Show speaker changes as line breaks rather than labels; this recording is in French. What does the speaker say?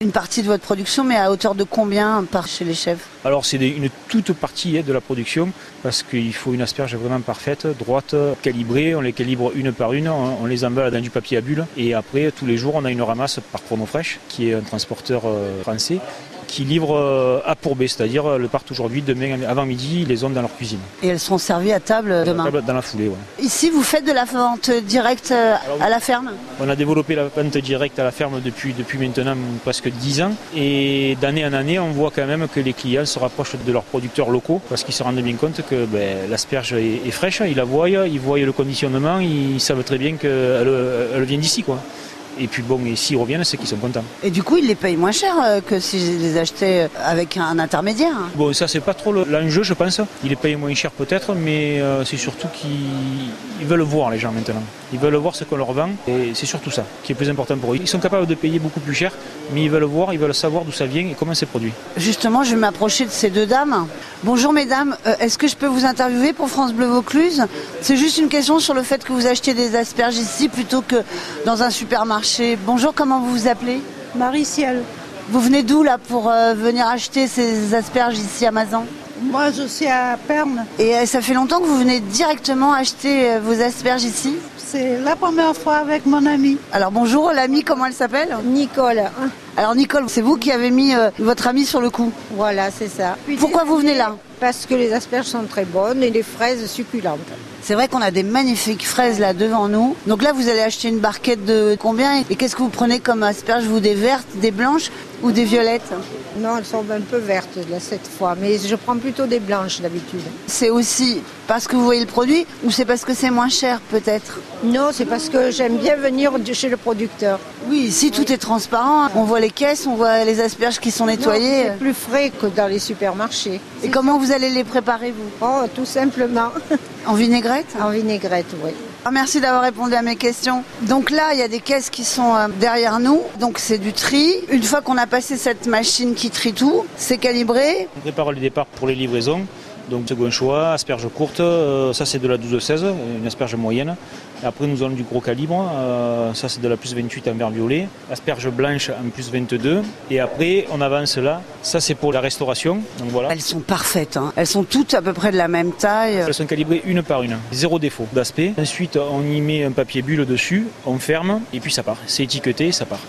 une partie de votre production, mais à hauteur de combien par chez les chefs
Alors c'est des- une toute partie hein, de la production parce qu'il faut une asperge vraiment parfaite, droite, calibrée. On les calibre une par une, on on les emballe dans du papier à bulles et après tous les jours on a une ramasse par Chronofresh qui est un transporteur euh, français qui livre euh, à Pourbet, c'est-à-dire euh, le partent aujourd'hui, demain avant midi, ils les ont dans leur cuisine,
Et elles seront servies à table
Dans la
demain.
table, dans la foulée. ouais.
Ici, vous faites de la vente directe euh,
Alors,
à la ferme
On a développé la vente directe à la ferme depuis, depuis maintenant presque 10 ans. Et d'année en année, on voit quand même que les clients se rapprochent de leurs producteurs locaux parce qu'ils se rendent bien compte que ben, l'asperge est, est fraîche, ils la voient, ils voient le conditionnement, ils savent très bien qu'elle elle vient d'ici. quoi. Et puis bon, et s'ils reviennent, c'est qu'ils sont contents.
Et du coup, ils les payent moins cher euh, que si je les achetais euh, avec un intermédiaire. hein.
Bon, ça, c'est pas trop le- l'enjeu, je pense. Ils les payent moins cher peut-être, mais euh, c'est surtout qu'ils ils veulent voir les gens maintenant. Ils veulent voir ce qu'on leur vend et c'est surtout ça qui est plus important pour eux. Ils sont capables de payer beaucoup plus cher, mais ils veulent voir, ils veulent savoir d'où ça vient et comment c'est produit.
Justement, je vais m'approcher de ces deux dames. Bonjour mesdames, Euh, est-ce que je peux vous interviewer pour France Bleu Vaucluse C'est juste une question sur le fait que vous achetez des asperges ici plutôt que dans un supermarché. Bonjour, comment vous vous appelez
Marie-Ciel,
Vous venez d'où là pour euh, venir acheter ces asperges ici à Mazan
moi je suis à Perne.
Et euh, ça fait longtemps que vous venez directement acheter euh, vos asperges ici
C'est la première fois avec mon ami.
Alors bonjour l'ami, comment elle s'appelle
Nicole, hein.
Alors Nicole, c'est vous qui avez mis euh, votre amie sur le coup.
voilà, c'est ça.
Pourquoi vous venez là
Parce que les asperges sont très bonnes et les fraises succulentes.
C'est vrai qu'on a des magnifiques fraises là devant nous. Donc là, vous allez acheter une barquette de combien Et qu'est-ce que vous prenez comme asperges Vous des vertes, des blanches ou des violettes
Non, elles sont un peu vertes là, cette fois, mais je prends plutôt des blanches d'habitude.
C'est aussi parce que vous voyez le produit ou c'est parce que c'est moins cher peut-être
Non, c'est parce que j'aime bien venir de chez le producteur.
Oui, ici tout est transparent. On voit les caisses, on voit les asperges qui sont
Non,
nettoyées.
C'est plus frais que dans les supermarchés.
Et comment vous allez les préparer vous
Oh, tout simplement
En vinaigrette
en vinaigrette, oui.
Ah, Merci d'avoir répondu à mes questions. Donc là, il y a des caisses qui sont euh, derrière nous. Donc c'est du tri. Une fois qu'on a passé cette machine qui trie tout, c'est calibré.
On prépare le départ pour les livraisons. Donc second choix, asperge courte, euh, ça c'est de la 12-16, une asperge moyenne. Et après nous avons du gros calibre, euh, ça c'est de la plus 28 en vert violet, asperge blanche en plus 22. Et après on avance là, ça c'est pour la restauration. Donc voilà.
Elles sont parfaites. hein. Elles sont toutes à peu près de la même taille.
Elles sont calibrées une par une, zéro défaut d'aspect. Ensuite, on y met un papier bulle dessus, on ferme et puis ça part. C'est étiqueté et ça part.